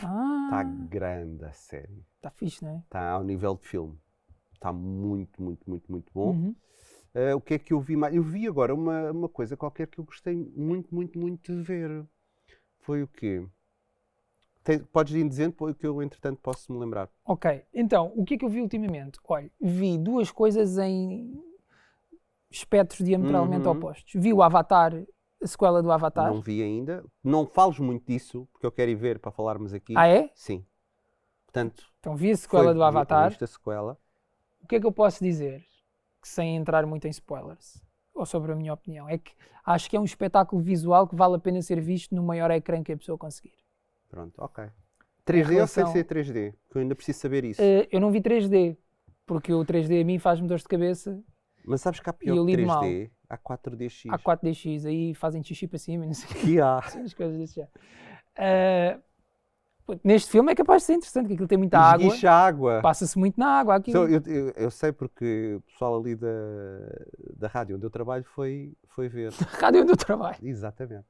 [SPEAKER 2] Ah,
[SPEAKER 1] Está grande a série.
[SPEAKER 2] tá fixe, não é?
[SPEAKER 1] Está ao nível de filme. Está muito, muito, muito, muito bom.
[SPEAKER 2] Uhum.
[SPEAKER 1] Eh, o que é que eu vi mais? Eu vi agora uma, uma coisa qualquer que eu gostei muito, muito, muito de ver. Foi o quê? Tem- podes ir dizendo pô, que eu, entretanto, posso me lembrar.
[SPEAKER 2] Ok, então, o que é que eu vi ultimamente? Olha, vi duas coisas em espectros diametralmente
[SPEAKER 1] Uhum.
[SPEAKER 2] opostos. Vi o Avatar, a sequela do Avatar.
[SPEAKER 1] Não vi ainda. Não fales muito disso, porque eu quero ir ver para falarmos aqui.
[SPEAKER 2] Ah, é?
[SPEAKER 1] Sim. Portanto,
[SPEAKER 2] Então vi a sequela
[SPEAKER 1] foi-
[SPEAKER 2] do
[SPEAKER 1] vi-
[SPEAKER 2] Avatar.
[SPEAKER 1] Esta sequela.
[SPEAKER 2] o que é que eu posso dizer que sem entrar muito em spoilers ou sobre a minha opinião é que acho que é um espetáculo visual que vale a pena ser visto no maior ecrã que a pessoa conseguir
[SPEAKER 1] Pronto, ok. 3D ou sem
[SPEAKER 2] relação-
[SPEAKER 1] ser 3D? Porque eu ainda preciso saber isso.
[SPEAKER 2] Eh, eu não vi 3D porque o 3D a mim faz-me dores de cabeça
[SPEAKER 1] Mas sabes que há pior
[SPEAKER 2] eu
[SPEAKER 1] que
[SPEAKER 2] lido mal.
[SPEAKER 1] 3D? Há 4DX.
[SPEAKER 2] há 4DX aí fazem xixi para cima e não sei o
[SPEAKER 1] Que há.
[SPEAKER 2] que, as coisas desse género Eh, pô, neste filme é capaz de ser interessante que aquilo tem muita água
[SPEAKER 1] Esguicha água.
[SPEAKER 2] passa-se muito na água
[SPEAKER 1] Então,
[SPEAKER 2] aquilo
[SPEAKER 1] eu, eu- eu sei porque o pessoal ali da, da rádio onde eu trabalho foi, foi ver.
[SPEAKER 2] rádio onde eu trabalho
[SPEAKER 1] Exatamente.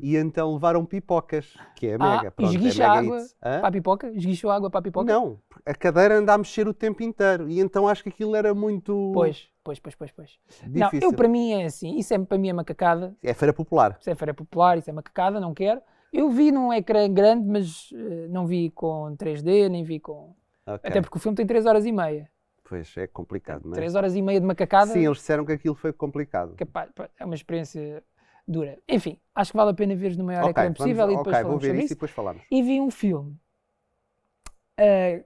[SPEAKER 1] E então levaram pipocas, que é a
[SPEAKER 2] Ah,
[SPEAKER 1] mega. pronto, é
[SPEAKER 2] esguicha
[SPEAKER 1] mega
[SPEAKER 2] água
[SPEAKER 1] hits. Hã?
[SPEAKER 2] para a pipoca esguichou água para a pipoca
[SPEAKER 1] Não, a cadeira anda a mexer o tempo inteiro. E então acho que aquilo era muito
[SPEAKER 2] pois pois pois pois pois
[SPEAKER 1] difícil.
[SPEAKER 2] não eu para mim é assim isso é para mim é macacada
[SPEAKER 1] É feira popular.
[SPEAKER 2] isso é feira popular, isso é macacada, não quero. Eu vi num ecrã grande, mas eh, não vi com 3D, nem vi com.
[SPEAKER 1] Ok.
[SPEAKER 2] Até porque o filme tem 3 horas e meia.
[SPEAKER 1] Pois, é complicado, não é?
[SPEAKER 2] 3 horas e meia de macacada
[SPEAKER 1] Sim, eles disseram que aquilo foi complicado.
[SPEAKER 2] capaz- pá, é uma experiência dura. Enfim, acho que vale a pena veres no maior
[SPEAKER 1] Ok,
[SPEAKER 2] ecrã
[SPEAKER 1] vamos-
[SPEAKER 2] possível e depois
[SPEAKER 1] ok, vou
[SPEAKER 2] falamos
[SPEAKER 1] ver
[SPEAKER 2] sobre
[SPEAKER 1] isso,
[SPEAKER 2] isso.
[SPEAKER 1] e depois falamos.
[SPEAKER 2] E vi um filme eh,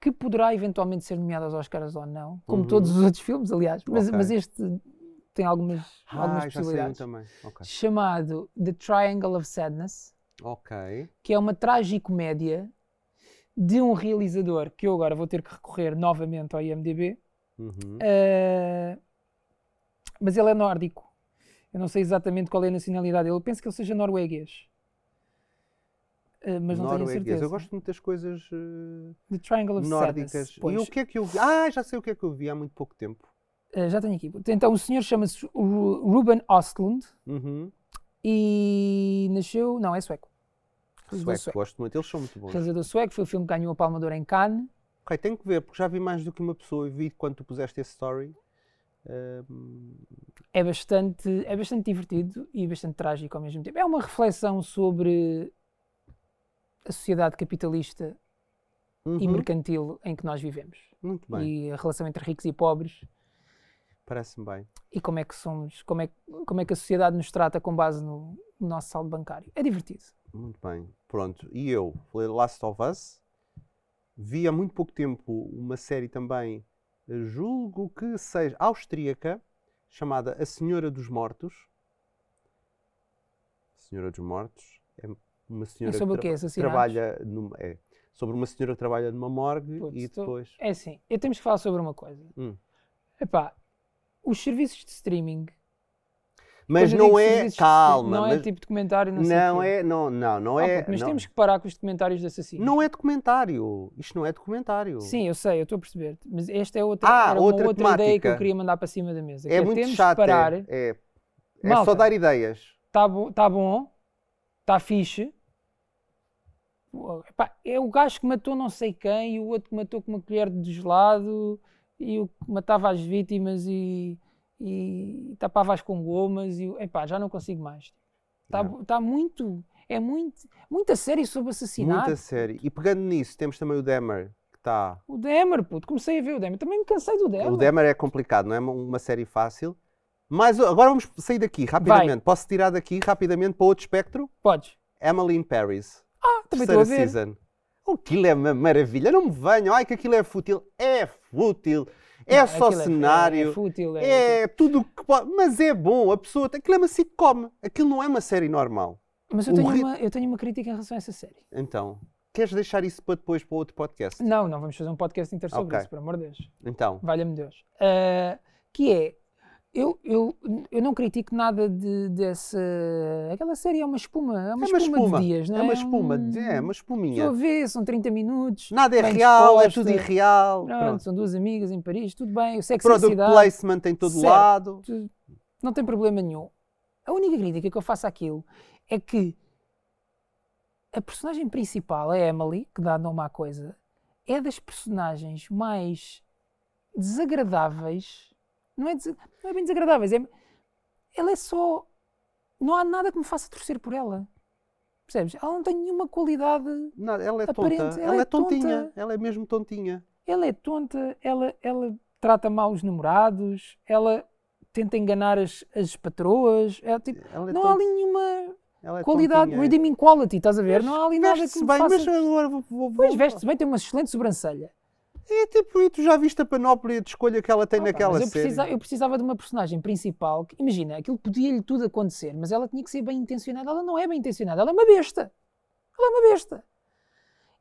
[SPEAKER 2] que poderá eventualmente ser nomeado aos Oscars ou não, como
[SPEAKER 1] Uhum.
[SPEAKER 2] todos os outros filmes, aliás, mas,
[SPEAKER 1] Ok.
[SPEAKER 2] mas este tem algumas, algumas
[SPEAKER 1] Ah, já sei um
[SPEAKER 2] possibilidades.
[SPEAKER 1] também. Ok.
[SPEAKER 2] Chamado The Triangle of Sadness.
[SPEAKER 1] Ok.
[SPEAKER 2] que é uma tragicomédia de um realizador que eu agora vou ter que recorrer novamente ao IMDb,
[SPEAKER 1] Uhum.
[SPEAKER 2] eh, mas ele é nórdico. Eu não sei exatamente qual é a nacionalidade dele. Eu penso que ele seja norueguês. Eh, mas não tenho
[SPEAKER 1] Norueguês.
[SPEAKER 2] certeza.
[SPEAKER 1] Eu gosto muito das coisas. eh,
[SPEAKER 2] The Triangle of
[SPEAKER 1] nórdicas.
[SPEAKER 2] Sadness. pois.
[SPEAKER 1] E o que é que eu vi? Ah, já sei o que é que eu vi há muito pouco tempo.
[SPEAKER 2] Eh, já tenho aqui. Então, o senhor chama-se Ru- Ruben Ostlund
[SPEAKER 1] Uhum.
[SPEAKER 2] e nasceu... Não, é sueco. Realizador
[SPEAKER 1] Sueco,
[SPEAKER 2] sueco.
[SPEAKER 1] é gosto muito. Eles são muito bons.
[SPEAKER 2] Realizador sueco. Foi o filme que ganhou a Palma de Ouro em Cannes.
[SPEAKER 1] Ok, tenho que ver, porque já vi mais do que uma pessoa e vi quando tu puseste esse story. Ahm,
[SPEAKER 2] é bastante, é bastante divertido e bastante trágico ao mesmo tempo. É uma reflexão sobre a sociedade capitalista e
[SPEAKER 1] uhum,
[SPEAKER 2] mercantil em que nós vivemos
[SPEAKER 1] Muito bem,
[SPEAKER 2] e a relação entre ricos e pobres
[SPEAKER 1] parece-me bem.
[SPEAKER 2] e como é que somos, como é, que- como é que a sociedade nos trata com base no, no nosso saldo bancário. É divertido.
[SPEAKER 1] Muito bem. Pronto, e eu, Last of Us, vi há muito pouco tempo uma série também, eh, julgo que seja austríaca, chamada A Senhora dos Mortos. Senhora dos Mortos é uma senhora
[SPEAKER 2] é sobre o
[SPEAKER 1] que
[SPEAKER 2] quê? Assassinatos?
[SPEAKER 1] trabalha numa, é, sobre uma senhora que trabalha numa morgue
[SPEAKER 2] Putz,
[SPEAKER 1] e
[SPEAKER 2] tô-
[SPEAKER 1] depois
[SPEAKER 2] É assim, eu temos que falar sobre uma coisa.
[SPEAKER 1] Hum.
[SPEAKER 2] Epá, os serviços de streaming.
[SPEAKER 1] mas
[SPEAKER 2] quando eu digo
[SPEAKER 1] não é
[SPEAKER 2] serviços de
[SPEAKER 1] calma
[SPEAKER 2] streaming, Não é
[SPEAKER 1] mas
[SPEAKER 2] tipo documentário, não, sei o
[SPEAKER 1] não
[SPEAKER 2] quê.
[SPEAKER 1] é não não não
[SPEAKER 2] Ah,
[SPEAKER 1] é
[SPEAKER 2] puto, mas
[SPEAKER 1] não,
[SPEAKER 2] temos que parar com os documentários de assassinos.
[SPEAKER 1] não é documentário isto não é documentário
[SPEAKER 2] Sim, eu sei, eu estou a perceber. Mas esta é outra,
[SPEAKER 1] Ah,
[SPEAKER 2] era
[SPEAKER 1] outra
[SPEAKER 2] uma outra ideia que eu
[SPEAKER 1] temática.
[SPEAKER 2] queria mandar para cima da mesa. que
[SPEAKER 1] é muito
[SPEAKER 2] temos de
[SPEAKER 1] chato é-
[SPEAKER 2] parar,
[SPEAKER 1] é,
[SPEAKER 2] está
[SPEAKER 1] é
[SPEAKER 2] Malta.
[SPEAKER 1] só dar ideias
[SPEAKER 2] bo tá bom, está fixe. Pô, epá, é o gajo que matou não sei quem e o outro que matou com uma colher de gelado e o que matava as vítimas e, e tapava-as com gomas e epá, já não consigo mais. Está
[SPEAKER 1] Yeah.
[SPEAKER 2] tá muito, é muito, muita série sobre assassinato.
[SPEAKER 1] Muita série. E pegando nisso, temos também o Demer, que está.
[SPEAKER 2] O Demer, puto, comecei a ver o Demer, também me cansei do Demer.
[SPEAKER 1] O Demer é complicado, não é uma- uma série fácil. Mas o- agora vamos sair daqui rapidamente. Posso tirar daqui rapidamente para outro espectro?
[SPEAKER 2] Podes.
[SPEAKER 1] Emily in Paris.
[SPEAKER 2] Ah, também estou a ver.
[SPEAKER 1] season. Aquilo é uma maravilha. Não me venham. Ai, que aquilo é fútil. É fútil. É
[SPEAKER 2] Não,
[SPEAKER 1] só
[SPEAKER 2] aquilo é-
[SPEAKER 1] cenário.
[SPEAKER 2] É, fútil, é,
[SPEAKER 1] É tudo o que pode. Mas é bom, a pessoa. Aquilo é uma sitcom. Aquilo não é uma série normal.
[SPEAKER 2] Mas eu
[SPEAKER 1] o
[SPEAKER 2] tenho,
[SPEAKER 1] rit-
[SPEAKER 2] uma, eu tenho uma crítica em relação a essa série.
[SPEAKER 1] Então, queres deixar isso para depois para outro podcast?
[SPEAKER 2] Não, não vamos fazer um podcast inteiro sobre
[SPEAKER 1] Ok.
[SPEAKER 2] isso, por amor de Deus.
[SPEAKER 1] Então,
[SPEAKER 2] Valha-me Deus. Ah, que é, eu, eu, eu não critico nada de, dessa. Aquela série é uma espuma, é uma,
[SPEAKER 1] é uma
[SPEAKER 2] espuma,
[SPEAKER 1] espuma.
[SPEAKER 2] de dias, não é?
[SPEAKER 1] é uma espuma,
[SPEAKER 2] um-
[SPEAKER 1] de- é uma espuminha.
[SPEAKER 2] Estou a ver, são 30 minutos.
[SPEAKER 1] Nada é
[SPEAKER 2] bem
[SPEAKER 1] real, é
[SPEAKER 2] disposta.
[SPEAKER 1] tudo irreal.
[SPEAKER 2] Pronto,
[SPEAKER 1] Pronto.
[SPEAKER 2] são duas amigas em Paris, tudo bem. O sexo e a
[SPEAKER 1] Product
[SPEAKER 2] cidade,
[SPEAKER 1] placement em todo
[SPEAKER 2] Certo.
[SPEAKER 1] lado.
[SPEAKER 2] tu- não tem problema nenhum. A única crítica que eu faço àquilo é que a personagem principal, a Emily, que dá nome à coisa, é das personagens mais desagradáveis. Não é, desa- não é bem desagradáveis, é, ela é só. Não há nada que me faça torcer por ela. Percebes? Ela não tem nenhuma qualidade
[SPEAKER 1] Nada, ela é
[SPEAKER 2] Aparente,
[SPEAKER 1] tonta.
[SPEAKER 2] ela
[SPEAKER 1] Ela
[SPEAKER 2] é
[SPEAKER 1] é tontinha.
[SPEAKER 2] tonta.
[SPEAKER 1] Ela é mesmo tontinha.
[SPEAKER 2] ela é tonta, ela, ela trata mal os namorados, ela tenta enganar as, as patroas, é, tipo,
[SPEAKER 1] Ela é
[SPEAKER 2] não há
[SPEAKER 1] tonta.
[SPEAKER 2] ali nenhuma
[SPEAKER 1] Ela é
[SPEAKER 2] qualidade,
[SPEAKER 1] tontinha.
[SPEAKER 2] redeeming quality, estás a ver? Não há ali nada que
[SPEAKER 1] Veste-se
[SPEAKER 2] me
[SPEAKER 1] bem,
[SPEAKER 2] faça...
[SPEAKER 1] mas agora vou. vou, vou-
[SPEAKER 2] Pois veste-se bem, tem uma excelente sobrancelha.
[SPEAKER 1] É tipo, e tu já viste a panóplia de escolha que ela tem
[SPEAKER 2] Ah, pá,
[SPEAKER 1] naquela
[SPEAKER 2] mas eu,
[SPEAKER 1] série?
[SPEAKER 2] precisa- eu precisava de uma personagem principal que, imagina, aquilo podia-lhe tudo acontecer, mas ela tinha que ser bem intencionada. Ela não é bem intencionada, ela é uma besta. Ela é uma besta.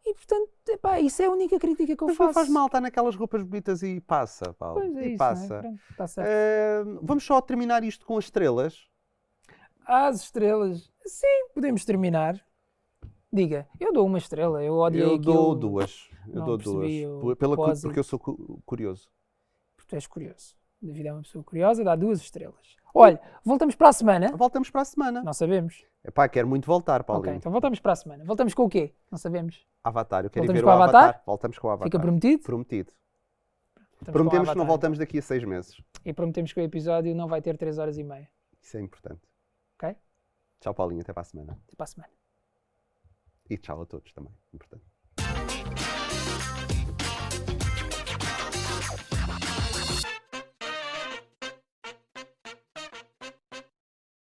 [SPEAKER 2] E portanto, epá, isso é a única crítica que eu
[SPEAKER 1] Mas
[SPEAKER 2] faço.
[SPEAKER 1] não faz mal, está naquelas roupas bonitas e passa, Paulo.
[SPEAKER 2] Pois é
[SPEAKER 1] e
[SPEAKER 2] isso, não é?
[SPEAKER 1] passa.
[SPEAKER 2] Pronto, tá certo.
[SPEAKER 1] Ahm, vamos só terminar isto com as estrelas.
[SPEAKER 2] Às estrelas. Sim, podemos terminar. Diga, eu dou uma estrela, eu odio
[SPEAKER 1] eu
[SPEAKER 2] aquilo.
[SPEAKER 1] dou duas. Eu
[SPEAKER 2] não
[SPEAKER 1] dou
[SPEAKER 2] percebi
[SPEAKER 1] duas.
[SPEAKER 2] o
[SPEAKER 1] Por- Pela, cu-
[SPEAKER 2] propósito.
[SPEAKER 1] porque eu sou cu- curioso.
[SPEAKER 2] Porque tu és curioso. O David é uma pessoa curiosa, dá duas estrelas. Olha, voltamos para a semana.
[SPEAKER 1] Voltamos para a semana.
[SPEAKER 2] Não sabemos.
[SPEAKER 1] Epá, quero muito voltar,
[SPEAKER 2] Ok,
[SPEAKER 1] Paulinho.
[SPEAKER 2] então voltamos para a semana. Voltamos com o quê? Não sabemos.
[SPEAKER 1] Avatar, eu quero ir
[SPEAKER 2] Voltamos
[SPEAKER 1] ver
[SPEAKER 2] para
[SPEAKER 1] o
[SPEAKER 2] o Avatar?
[SPEAKER 1] Voltamos com o Avatar.
[SPEAKER 2] Fica prometido?
[SPEAKER 1] Prometido.
[SPEAKER 2] Voltamos com o
[SPEAKER 1] Prometemos que
[SPEAKER 2] Avatar. então.
[SPEAKER 1] não voltamos daqui a seis meses.
[SPEAKER 2] E prometemos que o episódio não vai ter três horas e meia.
[SPEAKER 1] Isso é importante.
[SPEAKER 2] Ok?
[SPEAKER 1] Tchau, Paulinho. Até para a semana.
[SPEAKER 2] Até para a semana.
[SPEAKER 1] E tchau a todos também. Importante.